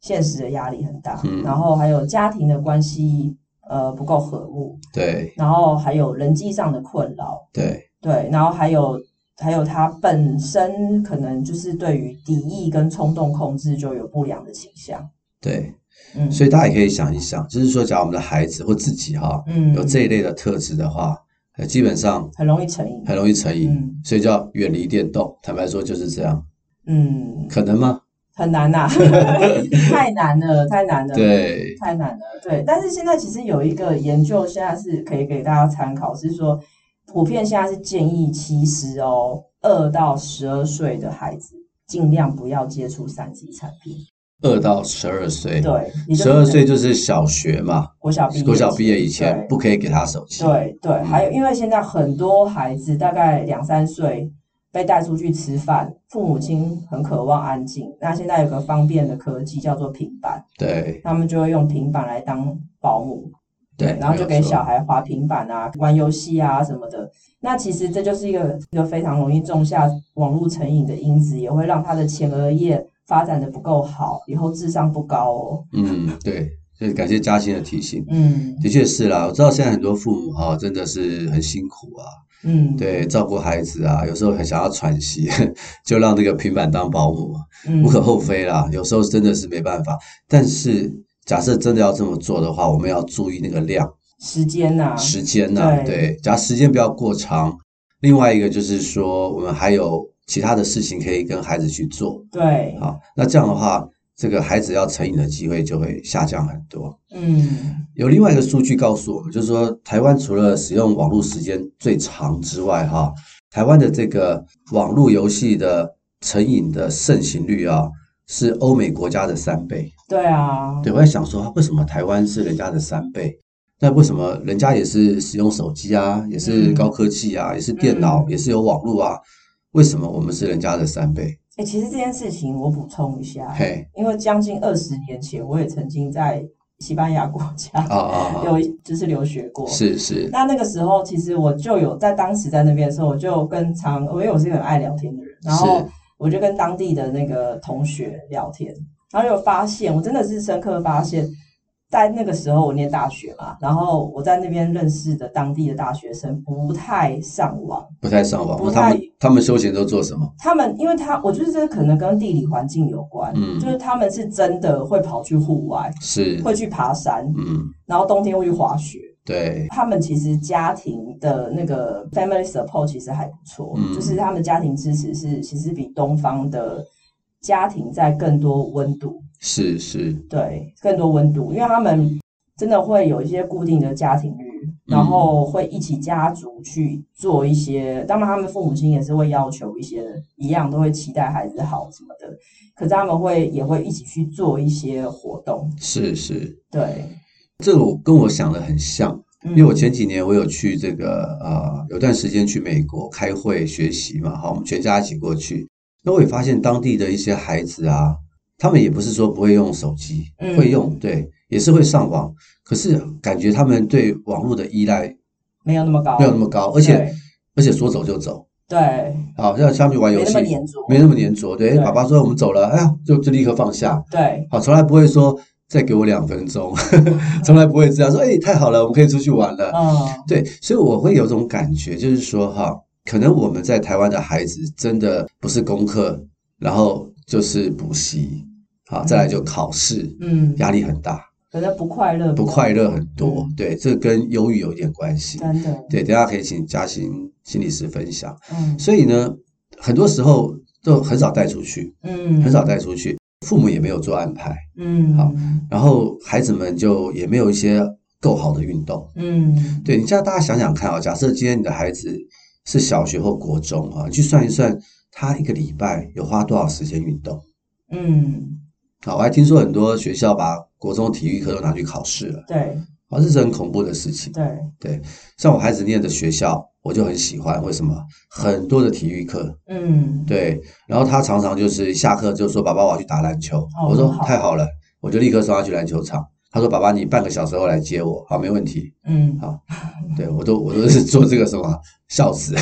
[SPEAKER 2] 现实的压力很大。
[SPEAKER 1] 嗯
[SPEAKER 2] 然后还有家庭的关系，呃，不够和睦。
[SPEAKER 1] 对
[SPEAKER 2] 然后还有人际上的困扰，
[SPEAKER 1] 对，
[SPEAKER 2] 对。然后还有还有他本身可能就是对于敌意跟冲动控制就有不良的倾向。
[SPEAKER 1] 对，
[SPEAKER 2] 嗯，
[SPEAKER 1] 所以大家也可以想一想，就是说，假如我们的孩子或自己哈、
[SPEAKER 2] 嗯
[SPEAKER 1] 有这一类的特质的话，呃，基本上
[SPEAKER 2] 很容易成瘾。
[SPEAKER 1] 很容易成瘾，
[SPEAKER 2] 嗯
[SPEAKER 1] 所以就要远离电动。坦白说就是这样，
[SPEAKER 2] 嗯，
[SPEAKER 1] 可能吗？
[SPEAKER 2] 很 难呐、太难了，太难了。。
[SPEAKER 1] 对，
[SPEAKER 2] 太难了，对。但是现在其实有一个研究，现在是可以给大家参考，是说普遍现在是建议，其实哦，二到十二岁的孩子尽量不要接触三 C 产品。
[SPEAKER 1] 二到十二岁，
[SPEAKER 2] 对，也
[SPEAKER 1] 十
[SPEAKER 2] 就是
[SPEAKER 1] 二岁就是小学嘛，
[SPEAKER 2] 国小毕业，
[SPEAKER 1] 国小毕业以前
[SPEAKER 2] 对
[SPEAKER 1] 不可以给他手机。
[SPEAKER 2] 对对，还有
[SPEAKER 1] 嗯
[SPEAKER 2] 因为现在很多孩子大概两三岁被带出去吃饭，父母亲很渴望安静。那现在有个方便的科技叫做平板，
[SPEAKER 1] 对
[SPEAKER 2] 他们就会用平板来当保姆，
[SPEAKER 1] 对，
[SPEAKER 2] 然后就
[SPEAKER 1] 没有
[SPEAKER 2] 给
[SPEAKER 1] 错
[SPEAKER 2] 小孩滑平板啊、玩游戏啊什么的。那其实这就是一个一个非常容易种下网络成瘾的因子，也会让他的前额叶发展的不够好，以后智商不高哦。
[SPEAKER 1] 嗯，对，所以感谢嘉欣的提醒，
[SPEAKER 2] 嗯
[SPEAKER 1] 的确是啦。我知道现在很多父母哈、真的是很辛苦啊，
[SPEAKER 2] 嗯，，
[SPEAKER 1] 对，照顾孩子啊，有时候很想要喘息， 就让这个平板当保姆，
[SPEAKER 2] 嗯
[SPEAKER 1] 无可厚非啦。有时候真的是没办法，但是假设真的要这么做的话，我们要注意那个量、
[SPEAKER 2] 时间呐、
[SPEAKER 1] 时间呐、
[SPEAKER 2] 对
[SPEAKER 1] 对，假如时间不要过长。另外一个就是说，我们还有其他的事情可以跟孩子去做，
[SPEAKER 2] 对，
[SPEAKER 1] 好，那这样的话，这个孩子要成瘾的机会就会下降很多。
[SPEAKER 2] 嗯
[SPEAKER 1] 有另外一个数据告诉我们，就是说台湾除了使用网络时间最长之外，哈，台湾的这个网络游戏的成瘾的盛行率啊，是欧美国家的三倍。，
[SPEAKER 2] 对啊，
[SPEAKER 1] 对，我在想说，为什么台湾是人家的三倍？那为什么人家也是使用手机啊，也是
[SPEAKER 2] 嗯
[SPEAKER 1] 高科技啊，也是电脑，
[SPEAKER 2] 嗯
[SPEAKER 1] 也是有网络啊？为什么我们是人家的三倍？
[SPEAKER 2] 哎、其实这件事情我补充一下，
[SPEAKER 1] 嘿，
[SPEAKER 2] 因为将近二十年前，我也曾经在西班牙国家
[SPEAKER 1] 啊啊啊！
[SPEAKER 2] 有就是留学过。
[SPEAKER 1] 是是，
[SPEAKER 2] 那那个时候，其实我就有在当时在那边的时候，我就跟常，因为我是一个很爱聊天的人，然后
[SPEAKER 1] 是
[SPEAKER 2] 我就跟当地的那个同学聊天，然后有发现，我真的是深刻发现，在那个时候我念大学嘛，然后我在那边认识的当地的大学生不太上网。
[SPEAKER 1] 不太上网。
[SPEAKER 2] 不
[SPEAKER 1] 他们
[SPEAKER 2] 太
[SPEAKER 1] 他们休闲都做什么？
[SPEAKER 2] 他们，因为他，我觉得这可能跟地理环境有关，
[SPEAKER 1] 嗯
[SPEAKER 2] 就是他们是真的会跑去户外，
[SPEAKER 1] 是，
[SPEAKER 2] 会去爬山，
[SPEAKER 1] 嗯，
[SPEAKER 2] 然后冬天会去滑雪。
[SPEAKER 1] 对，
[SPEAKER 2] 他们其实家庭的那个 family support 其实还不错，
[SPEAKER 1] 嗯
[SPEAKER 2] 就是他们家庭支持是其实比东方的家庭在更多温度，
[SPEAKER 1] 是是，
[SPEAKER 2] 对，更多温度，因为他们真的会有一些固定的家庭日，
[SPEAKER 1] 嗯
[SPEAKER 2] 然后会一起家族去做一些，当然他们父母亲也是会要求一些一样，都会期待孩子好什么的，可是他们会也会一起去做一些活动，
[SPEAKER 1] 是是，
[SPEAKER 2] 对，嗯
[SPEAKER 1] 这个我跟我想的很像，
[SPEAKER 2] 因
[SPEAKER 1] 因为我前几年我有去这个呃，有段时间去美国开会学习嘛，好，我们全家一起过去，那我也发现当地的一些孩子啊，他们也不是说不会用手机，
[SPEAKER 2] 嗯
[SPEAKER 1] 会用，对，也是会上网，可是感觉他们对网络的依赖
[SPEAKER 2] 没有那么高，
[SPEAKER 1] 没有那么高，而
[SPEAKER 2] 而
[SPEAKER 1] 且而且说走就走。
[SPEAKER 2] 对
[SPEAKER 1] 好，像下面玩游
[SPEAKER 2] 没
[SPEAKER 1] 戏
[SPEAKER 2] 那么粘着
[SPEAKER 1] 没那么粘着。对，哎
[SPEAKER 2] 对
[SPEAKER 1] 爸爸说我们走了，哎呀，就就立刻放下。
[SPEAKER 2] 对
[SPEAKER 1] 好，哦从来不会说再给我两分钟， 从来不会这样说。哎，太好了，我们可以出去玩了。
[SPEAKER 2] 嗯，
[SPEAKER 1] 对，所以我会有种感觉，就是说哈，可能我们在台湾的孩子真的不是功课，然后就是补习，好，再来就考试，
[SPEAKER 2] 嗯，
[SPEAKER 1] 压力很大，
[SPEAKER 2] 可能不快乐，
[SPEAKER 1] 不快乐很多
[SPEAKER 2] 嗯。
[SPEAKER 1] 对，这跟忧郁有一点关系。
[SPEAKER 2] 真的，
[SPEAKER 1] 对，等一下可以请嘉欣心理师分享。
[SPEAKER 2] 嗯
[SPEAKER 1] 所以呢，很多时候都很少带出去，
[SPEAKER 2] 嗯，
[SPEAKER 1] 很少带出去，父母也没有做安排，
[SPEAKER 2] 嗯，
[SPEAKER 1] 好，然后孩子们就也没有一些够好的运动。
[SPEAKER 2] 嗯，
[SPEAKER 1] 对你这样，大家想想看啊、假设今天你的孩子是小学或国中啊，你去算一算，他一个礼拜有花多少时间运动？
[SPEAKER 2] 嗯，
[SPEAKER 1] 啊，我还听说很多学校把国中体育课都拿去考试了，
[SPEAKER 2] 对
[SPEAKER 1] 啊，这是很恐怖的事情。
[SPEAKER 2] 对，
[SPEAKER 1] 像我孩子念的学校，我就很喜欢，为什么？很多的体育课，
[SPEAKER 2] 嗯，
[SPEAKER 1] 对，然后他常常就是下课就说：“爸爸，我要去打篮球。
[SPEAKER 2] 哦
[SPEAKER 1] 我说：“
[SPEAKER 2] 很好
[SPEAKER 1] 太好了！”我就立刻送他去篮球场。他说：“爸爸，你半个小时后来接我。”好，没问题。
[SPEAKER 2] 嗯，
[SPEAKER 1] 对我都我都是做这个什么， 笑死。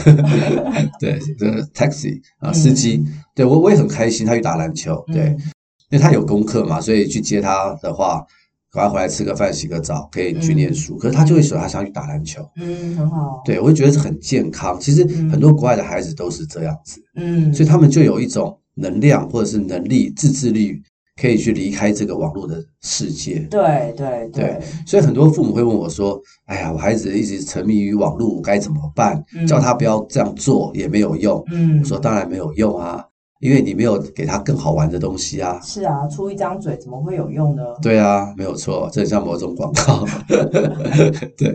[SPEAKER 1] 对，这个 taxi 啊，司机，对我我也很开心，他去打篮球。对，
[SPEAKER 2] 嗯，
[SPEAKER 1] 因为他有功课嘛，所以去接他的话，赶快回来吃个饭、洗个澡，可以去念书。可是他就会说他想去打篮球。
[SPEAKER 2] 嗯，很好，，
[SPEAKER 1] 对，我会觉得是很健康。其实
[SPEAKER 2] 嗯
[SPEAKER 1] 很多国外的孩子都是这样子。
[SPEAKER 2] 嗯，
[SPEAKER 1] 所以他们就有一种能量或者是能力、自制力，可以去离开这个网络的世界。
[SPEAKER 2] 对对
[SPEAKER 1] 对，所以很多父母会问我说：“哎呀，我孩子一直沉迷于网络，我该怎么办？
[SPEAKER 2] 嗯
[SPEAKER 1] 叫他不要这样做也没有用。”
[SPEAKER 2] 嗯
[SPEAKER 1] 我，说：“当然没有用啊，因为你没有给他更好玩的东西啊。
[SPEAKER 2] 是啊，出一张嘴怎么会有用呢？”
[SPEAKER 1] 对啊，没有错，这很像某种广告。 对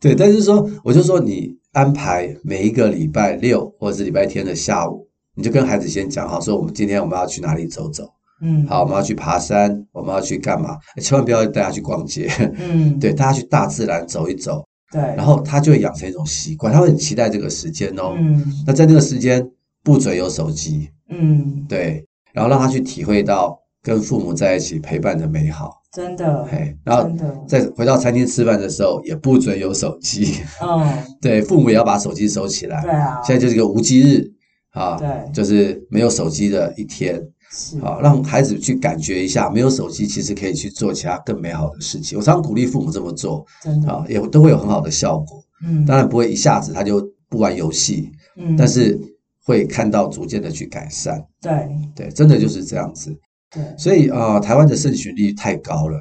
[SPEAKER 1] 对，但是说，我就说你安排每一个礼拜六或者是礼拜天的下午，你就跟孩子先讲好，说我们今天我们要去哪里走走。
[SPEAKER 2] 嗯，
[SPEAKER 1] 好，我们要去爬山，我们要去干嘛？哎千万不要带他去逛街。
[SPEAKER 2] 嗯，
[SPEAKER 1] 对，带他去大自然走一走，
[SPEAKER 2] 对，
[SPEAKER 1] 然后他就会养成一种习惯，他会很期待这个时间哦。
[SPEAKER 2] 嗯
[SPEAKER 1] 那在那个时间，不准有手机，
[SPEAKER 2] 嗯，
[SPEAKER 1] 对，然后让他去体会到跟父母在一起陪伴的美好，
[SPEAKER 2] 真的，
[SPEAKER 1] 嘿，然后
[SPEAKER 2] 真的，
[SPEAKER 1] 再回到餐厅吃饭的时候，也不准有手机，
[SPEAKER 2] 嗯，
[SPEAKER 1] 对，父母也要把手机收起来。
[SPEAKER 2] 对啊，
[SPEAKER 1] 现在就是一个无机日啊，
[SPEAKER 2] 对
[SPEAKER 1] 就是没有手机的一天
[SPEAKER 2] 是，
[SPEAKER 1] 啊，让孩子去感觉一下，没有手机其实可以去做其他更美好的事情。我常常鼓励父母这么做
[SPEAKER 2] 真的，
[SPEAKER 1] 啊，也都会有很好的效果。
[SPEAKER 2] 嗯，
[SPEAKER 1] 当然不会一下子他就不玩游戏，
[SPEAKER 2] 嗯，
[SPEAKER 1] 但是会看到逐渐的去改善。
[SPEAKER 2] 对
[SPEAKER 1] 对，真的就是这样子。
[SPEAKER 2] 对，
[SPEAKER 1] 所以啊、呃台湾的盛行率太高了，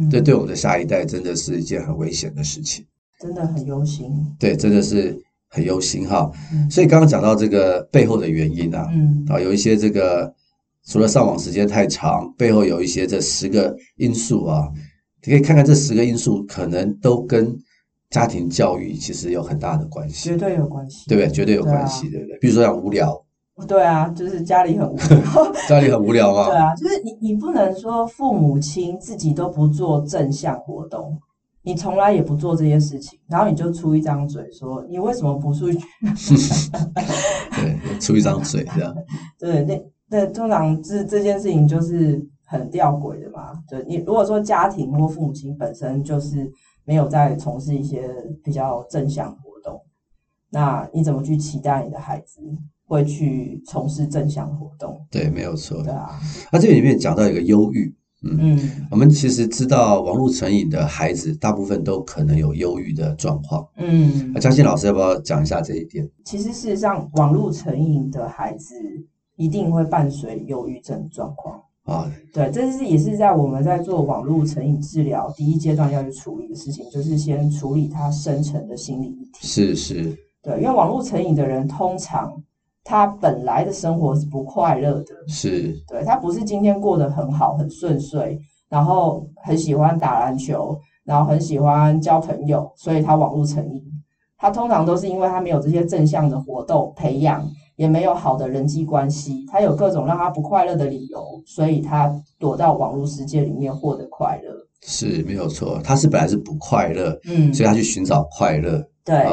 [SPEAKER 2] 嗯
[SPEAKER 1] 这对我们的下一代真的是一件很危险的事情。
[SPEAKER 2] 真的很忧心，
[SPEAKER 1] 对，真的是很忧心哈。
[SPEAKER 2] 嗯
[SPEAKER 1] 所以刚刚讲到这个背后的原因啊，
[SPEAKER 2] 嗯，
[SPEAKER 1] 啊，有一些这个除了上网时间太长，背后有一些这十个因素啊，你可以看看这十个因素可能都跟家庭教育其实有很大的关系
[SPEAKER 2] 绝。对有关系，
[SPEAKER 1] 对不对？绝对有
[SPEAKER 2] 对啊
[SPEAKER 1] 关系，对不对？比如说像无聊，
[SPEAKER 2] 对啊，就是家里很无 聊，
[SPEAKER 1] 家里很无聊
[SPEAKER 2] 对
[SPEAKER 1] 嘛，
[SPEAKER 2] 啊，就是你你不能说父母亲自己都不做正向活动。你从来也不做这些事情，然后你就出一张嘴说你为什么不出去？
[SPEAKER 1] 对，出一张嘴这样，
[SPEAKER 2] 对，那那通常这这件事情就是很吊诡的嘛。对你如果说家庭或父母亲本身就是没有在从事一些比较正向活动，那你怎么去期待你的孩子会去从事正向活动？
[SPEAKER 1] 对，没有错
[SPEAKER 2] 对。啊，
[SPEAKER 1] 那这里面讲到一个忧郁，
[SPEAKER 2] 嗯
[SPEAKER 1] 我们其实知道网络成瘾的孩子大部分都可能有忧郁的状况。
[SPEAKER 2] 嗯
[SPEAKER 1] 那，江信老师要不要讲一下这一点？
[SPEAKER 2] 其实事实上，网络成瘾的孩子一定会伴随忧郁症状况。
[SPEAKER 1] 啊，
[SPEAKER 2] 对，这是也是在我们在做网络成瘾治疗第一阶段要去处理的事情，就是先处理他深层的心理议题。
[SPEAKER 1] 是是，
[SPEAKER 2] 对，因为网络成瘾的人，通常他本来的生活是不快乐的，
[SPEAKER 1] 是，
[SPEAKER 2] 对他不是今天过得很好、很顺遂，然后很喜欢打篮球，然后很喜欢交朋友，所以他网络成瘾。他通常都是因为他没有这些正向的活动培养，也没有好的人际关系，他有各种让他不快乐的理由，所以他躲到网络世界里面获得快乐。
[SPEAKER 1] 是没有错。他是本来是不快乐，
[SPEAKER 2] 嗯，
[SPEAKER 1] 所以他去寻找快乐。啊，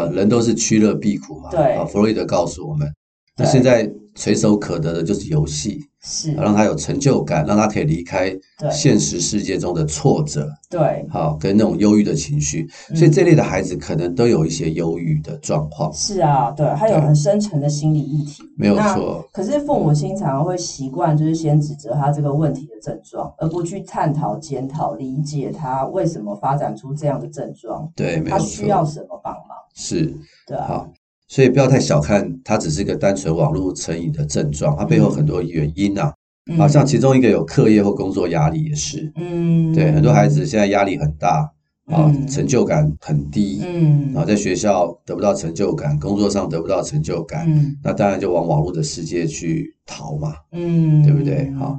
[SPEAKER 2] 对，
[SPEAKER 1] 人都是趋乐避苦嘛。
[SPEAKER 2] 对
[SPEAKER 1] 啊，弗洛伊德告诉我们，那
[SPEAKER 2] 对
[SPEAKER 1] 现在垂手可得的就是游戏，啊
[SPEAKER 2] 是，
[SPEAKER 1] 让他有成就感，让他可以离开
[SPEAKER 2] 对
[SPEAKER 1] 现实世界中的挫折，
[SPEAKER 2] 对，
[SPEAKER 1] 好跟那种忧郁的情绪，
[SPEAKER 2] 嗯
[SPEAKER 1] 所以这类的孩子可能都有一些忧郁的状况，
[SPEAKER 2] 是啊，对，他有很深层的心理议题。
[SPEAKER 1] 没有错，
[SPEAKER 2] 可是父母亲常常会习惯，就是先指责他这个问题的症状，而不去探讨、检讨、理解他为什么发展出这样的症状，
[SPEAKER 1] 对，没
[SPEAKER 2] 他
[SPEAKER 1] 有
[SPEAKER 2] 需要
[SPEAKER 1] 错，
[SPEAKER 2] 什么帮忙，
[SPEAKER 1] 是
[SPEAKER 2] 对啊，
[SPEAKER 1] 好，所以不要太小看它，只是个单纯网络成瘾的症状，它背后很多原因啊，
[SPEAKER 2] 嗯
[SPEAKER 1] 好像其中一个有课业或工作压力也是，
[SPEAKER 2] 嗯，
[SPEAKER 1] 对，很多孩子现在压力很大啊
[SPEAKER 2] 嗯，
[SPEAKER 1] 成就感很低，
[SPEAKER 2] 嗯，
[SPEAKER 1] 然后在学校得不到成就感，工作上得不到成就感。
[SPEAKER 2] 嗯
[SPEAKER 1] 那当然就往网络的世界去逃嘛。
[SPEAKER 2] 嗯，
[SPEAKER 1] 对不对好，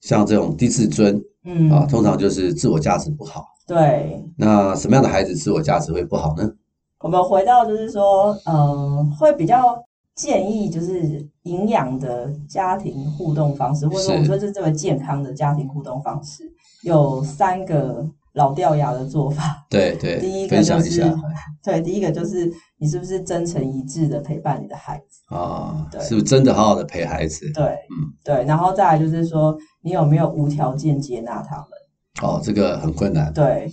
[SPEAKER 1] 像这种低自尊
[SPEAKER 2] 嗯
[SPEAKER 1] 啊，通常就是自我价值不好。
[SPEAKER 2] 对，
[SPEAKER 1] 那什么样的孩子自我价值会不好呢？
[SPEAKER 2] 我们回到就是说，呃，会比较建议就是营养的家庭互动方式，或者说我们
[SPEAKER 1] 是
[SPEAKER 2] 说就是这么健康的家庭互动方式，有三个老掉牙的做法。
[SPEAKER 1] 对对，
[SPEAKER 2] 第一个
[SPEAKER 1] 分享
[SPEAKER 2] 就
[SPEAKER 1] 一
[SPEAKER 2] 是
[SPEAKER 1] 下，
[SPEAKER 2] 对，第一个就是你是不是真诚一致的陪伴你的孩子，
[SPEAKER 1] 啊，
[SPEAKER 2] 对
[SPEAKER 1] 是不是真的好好的陪孩子？
[SPEAKER 2] 对，
[SPEAKER 1] 嗯
[SPEAKER 2] 对，然后再来就是说你有没有无条件接纳他们，
[SPEAKER 1] 哦，这个很困难，
[SPEAKER 2] 对，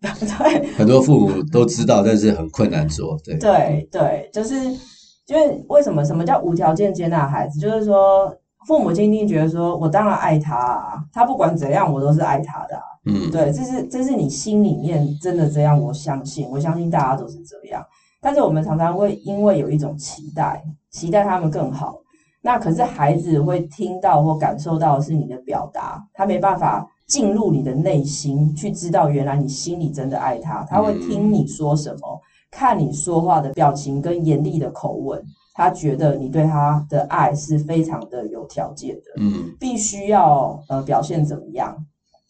[SPEAKER 2] 对，
[SPEAKER 1] 很多父母都知道，但是很困难做。对
[SPEAKER 2] 对，对，就是因为为什么什么叫无条件接纳孩子，就是说。父母亲一定觉得说，我当然爱他啊，他不管怎样，我都是爱他的啊、
[SPEAKER 1] 嗯，
[SPEAKER 2] 对，这是这是你心里面真的这样，我相信，我相信大家都是这样。但是我们常常会因为有一种期待，期待他们更好，那可是孩子会听到或感受到的是你的表达，他没办法进入你的内心去知道原来你心里真的爱他，他会听你说什么，看你说话的表情跟严厉的口吻，他觉得你对他的爱是非常的有条件的，
[SPEAKER 1] 嗯，
[SPEAKER 2] 必须要呃表现怎么样，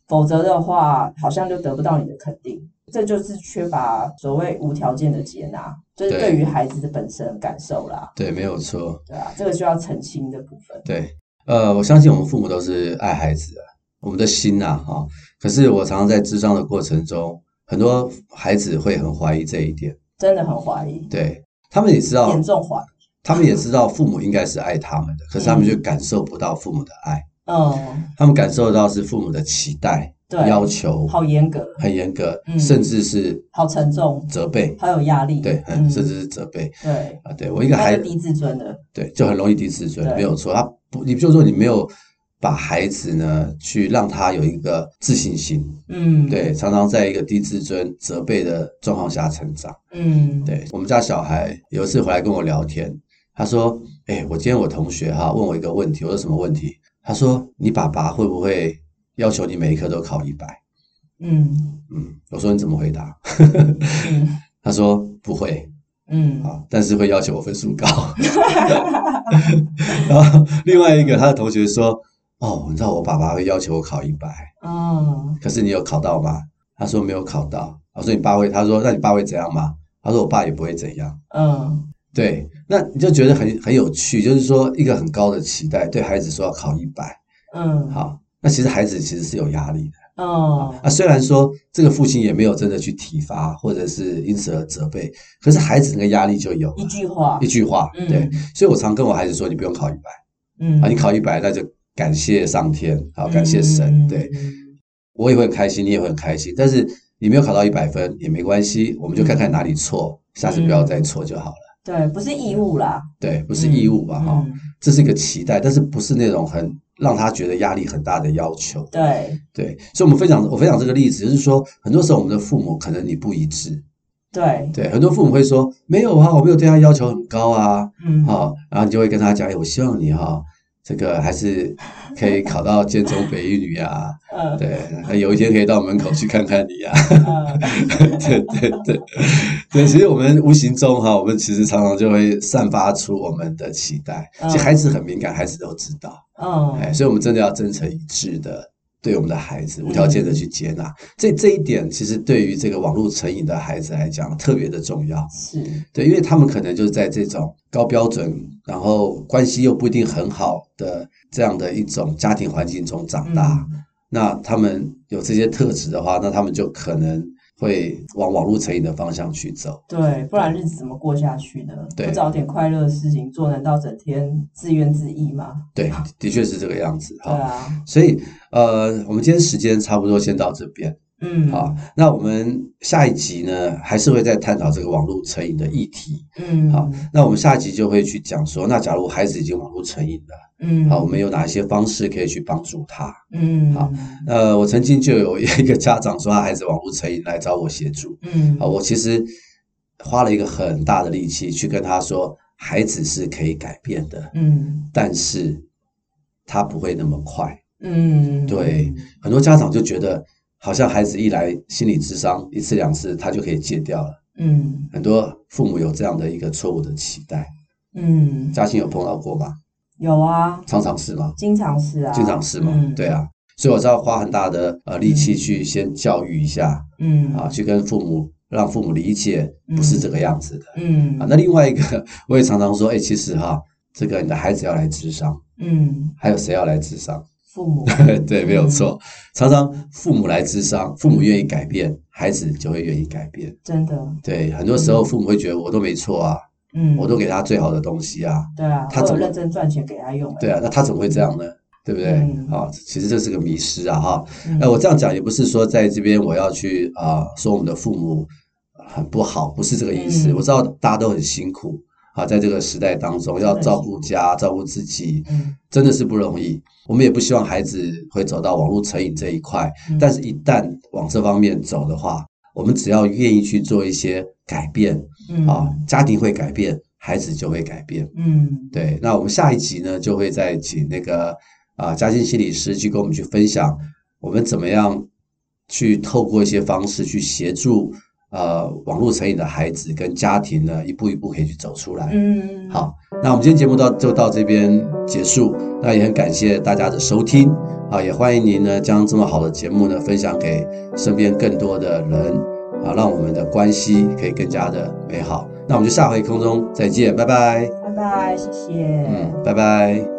[SPEAKER 2] 否则的话好像就得不到你的肯定。这就是缺乏所谓无条件的接纳，就是
[SPEAKER 1] 对
[SPEAKER 2] 对于孩子的本身的感受啦，
[SPEAKER 1] 对，没有错。
[SPEAKER 2] 对啊，这个需要澄清的部分。
[SPEAKER 1] 对，呃，我相信我们父母都是爱孩子的，我们的心呐、哈、可是我常常在智障的过程中，很多孩子会很怀疑这一点。
[SPEAKER 2] 真的很怀疑，
[SPEAKER 1] 对他们也知道
[SPEAKER 2] 严，重怀疑。
[SPEAKER 1] 他们也知道父母应该是爱他们的，可是他们却感受不到父母的爱，
[SPEAKER 2] 嗯，
[SPEAKER 1] 他们感受到是父母的期待、
[SPEAKER 2] 对，
[SPEAKER 1] 要求
[SPEAKER 2] 好严格，
[SPEAKER 1] 很严格，
[SPEAKER 2] 嗯
[SPEAKER 1] 甚至是
[SPEAKER 2] 好沉重，
[SPEAKER 1] 责备。
[SPEAKER 2] 好有压力。
[SPEAKER 1] 对，很
[SPEAKER 2] 嗯
[SPEAKER 1] 甚至是责备
[SPEAKER 2] 对，
[SPEAKER 1] 啊！对我一个
[SPEAKER 2] 那
[SPEAKER 1] 孩
[SPEAKER 2] 就低自尊了。
[SPEAKER 1] 对，就很容易低自尊，
[SPEAKER 2] 对
[SPEAKER 1] 没有错。他不，你就说你没有把孩子呢，去让他有一个自信心，
[SPEAKER 2] 嗯，，
[SPEAKER 1] 对，常常在一个低自尊、责备的状况下成长。
[SPEAKER 2] 嗯，
[SPEAKER 1] 对我们家小孩有一次回来跟我聊天，他说：“哎、我今天我同学哈、问我一个问题，我说什么问题？他说你爸爸会不会要求你每一科都考一百？
[SPEAKER 2] 嗯，
[SPEAKER 1] 嗯，我说你怎么回答？
[SPEAKER 2] 嗯，
[SPEAKER 1] 他说不会。”
[SPEAKER 2] 嗯，
[SPEAKER 1] 啊，但是会要求我分数高。 然后另外一个他的同学说：“哦，你知道我爸爸会要求我考一百，
[SPEAKER 2] 哦，
[SPEAKER 1] 可是你有考到吗？”他说没有考到。我说你爸会，他说那你爸会怎样吗？他说我爸也不会怎样。
[SPEAKER 2] 嗯，
[SPEAKER 1] 对，那你就觉得很很有趣，就是说一个很高的期待，对孩子说要考一百，
[SPEAKER 2] 嗯，
[SPEAKER 1] 好，那其实孩子其实是有压力的
[SPEAKER 2] 哦，
[SPEAKER 1] 啊。虽然说这个父亲也没有真的去体罚，或者是因此而责备，可是孩子那个压力就有了
[SPEAKER 2] 一句话
[SPEAKER 1] 一，句话，
[SPEAKER 2] 嗯
[SPEAKER 1] 对，所以我常跟我孩子说，你不用考一百
[SPEAKER 2] 嗯
[SPEAKER 1] 啊，你考一百那就感谢上天，好感谢神，
[SPEAKER 2] 嗯
[SPEAKER 1] 对，我也会很开心，你也会很开心，但是你没有考到一百分也没关系，我们就看看哪里错，下次不要再错就好了。
[SPEAKER 2] 对，不是义务啦，
[SPEAKER 1] 对，不是义务吧？哈、
[SPEAKER 2] 嗯，
[SPEAKER 1] 这是一个期待，但是不是那种很让他觉得压力很大的要求。
[SPEAKER 2] 对，
[SPEAKER 1] 对，所以我们分享我分享这个例子，就是说很多时候我们的父母可能你不一致，
[SPEAKER 2] 对，
[SPEAKER 1] 对，很多父母会说没有啊，我没有对他要求很高啊，
[SPEAKER 2] 嗯，
[SPEAKER 1] 好、然后你就会跟他讲，哎，我希望你哈、这个还是可以考到建中北一女啊，
[SPEAKER 2] 嗯，
[SPEAKER 1] 对，那有一天可以到门口去看看你啊，
[SPEAKER 2] 嗯，
[SPEAKER 1] 对对对，对，其实我们无形中哈、我们其实常常就会散发出我们的期待，其实
[SPEAKER 2] 嗯
[SPEAKER 1] 孩子很敏感，孩子都知道，哎，
[SPEAKER 2] 嗯，
[SPEAKER 1] 所以我们真的要真诚一致的。对我们的孩子无条件的去接纳，这这一点其实对于这个网络成瘾的孩子来讲特别的重要。
[SPEAKER 2] 是，
[SPEAKER 1] 对，因为他们可能就是在这种高标准，然后关系又不一定很好的这样的一种家庭环境中长大。
[SPEAKER 2] 嗯
[SPEAKER 1] 那他们有这些特质的话，那他们就可能会往网络成瘾的方向去走。
[SPEAKER 2] 对，不然日子怎么过下去呢？
[SPEAKER 1] 对
[SPEAKER 2] 不找点快乐的事情做，难道整天自怨自艾吗？
[SPEAKER 1] 对，的确是这个样子。好，
[SPEAKER 2] 对啊，
[SPEAKER 1] 所以呃，我们今天时间差不多先到这边。
[SPEAKER 2] 嗯，
[SPEAKER 1] 好，那我们下一集呢，还是会再探讨这个网络成瘾的议题。
[SPEAKER 2] 嗯，
[SPEAKER 1] 好，那我们下一集就会去讲说，那假如孩子已经网络成瘾了。
[SPEAKER 2] 嗯，
[SPEAKER 1] 好，我们有哪一些方式可以去帮助他？
[SPEAKER 2] 嗯，
[SPEAKER 1] 好，呃，我曾经就有一个家长说他孩子网络成瘾来找我协助，
[SPEAKER 2] 嗯，
[SPEAKER 1] 啊，我其实花了一个很大的力气去跟他说，孩子是可以改变的，
[SPEAKER 2] 嗯
[SPEAKER 1] 但是他不会那么快。
[SPEAKER 2] 嗯，
[SPEAKER 1] 对，很多家长就觉得好像孩子一来心理智商一次两次他就可以戒掉了，
[SPEAKER 2] 嗯
[SPEAKER 1] 很多父母有这样的一个错误的期待。
[SPEAKER 2] 嗯，
[SPEAKER 1] 嘉欣有碰到过吗？
[SPEAKER 2] 有啊，
[SPEAKER 1] 常常是吗？
[SPEAKER 2] 经常是啊，
[SPEAKER 1] 经常是嘛，
[SPEAKER 2] 嗯
[SPEAKER 1] 对，啊，所以我是要花很大的呃力气去先教育一下
[SPEAKER 2] 嗯
[SPEAKER 1] 啊，去跟父母让父母理解
[SPEAKER 2] 嗯
[SPEAKER 1] 不是这个样子的
[SPEAKER 2] 嗯
[SPEAKER 1] 啊。那另外一个，我也常常说，哎，其实哈，这个你的孩子要来智商，
[SPEAKER 2] 嗯，
[SPEAKER 1] 还有谁要来智商？
[SPEAKER 2] 父母
[SPEAKER 1] 对，
[SPEAKER 2] 嗯
[SPEAKER 1] 没有错，常常父母来智商，父母愿意改变，孩子就会愿意改变。
[SPEAKER 2] 真的，
[SPEAKER 1] 对，很多时候父母会觉得我都没错啊，
[SPEAKER 2] 嗯，
[SPEAKER 1] 我都给他最好的东西啊，
[SPEAKER 2] 对啊，
[SPEAKER 1] 他
[SPEAKER 2] 我
[SPEAKER 1] 怎
[SPEAKER 2] 有
[SPEAKER 1] 么
[SPEAKER 2] 认真赚钱给他用，哎
[SPEAKER 1] 对啊，那他怎么会这样呢？对不对？
[SPEAKER 2] 嗯
[SPEAKER 1] 啊，其实这是个迷失啊，哈。
[SPEAKER 2] 嗯
[SPEAKER 1] 那我这样讲也不是说在这边我要去啊、说我们的父母很不好，不是这个意思。
[SPEAKER 2] 嗯
[SPEAKER 1] 我知道大家都很辛苦啊，在这个时代当中
[SPEAKER 2] 真的
[SPEAKER 1] 要
[SPEAKER 2] 很
[SPEAKER 1] 照顾家、照顾自己，
[SPEAKER 2] 嗯，
[SPEAKER 1] 真的是不容易。我们也不希望孩子会走到网络成瘾这一块，
[SPEAKER 2] 嗯
[SPEAKER 1] 但是一旦往这方面走的话，我们只要愿意去做一些改变
[SPEAKER 2] 嗯
[SPEAKER 1] 啊，，家庭会改变，孩子就会改变。
[SPEAKER 2] 嗯，
[SPEAKER 1] 对，那我们下一集呢，就会再请那个啊嘉欣心理师去跟我们去分享，我们怎么样去透过一些方式去协助呃网络成瘾的孩子跟家庭呢，一步一步可以去走出来。
[SPEAKER 2] 嗯，
[SPEAKER 1] 好，那我们今天节目到就到这边结束。那也很感谢大家的收听啊，也欢迎您呢将这么好的节目呢分享给身边更多的人啊，让我们的关系可以更加的美好。那我们就下回空中再见，拜拜。
[SPEAKER 2] 拜拜，谢谢。
[SPEAKER 1] 嗯，拜拜。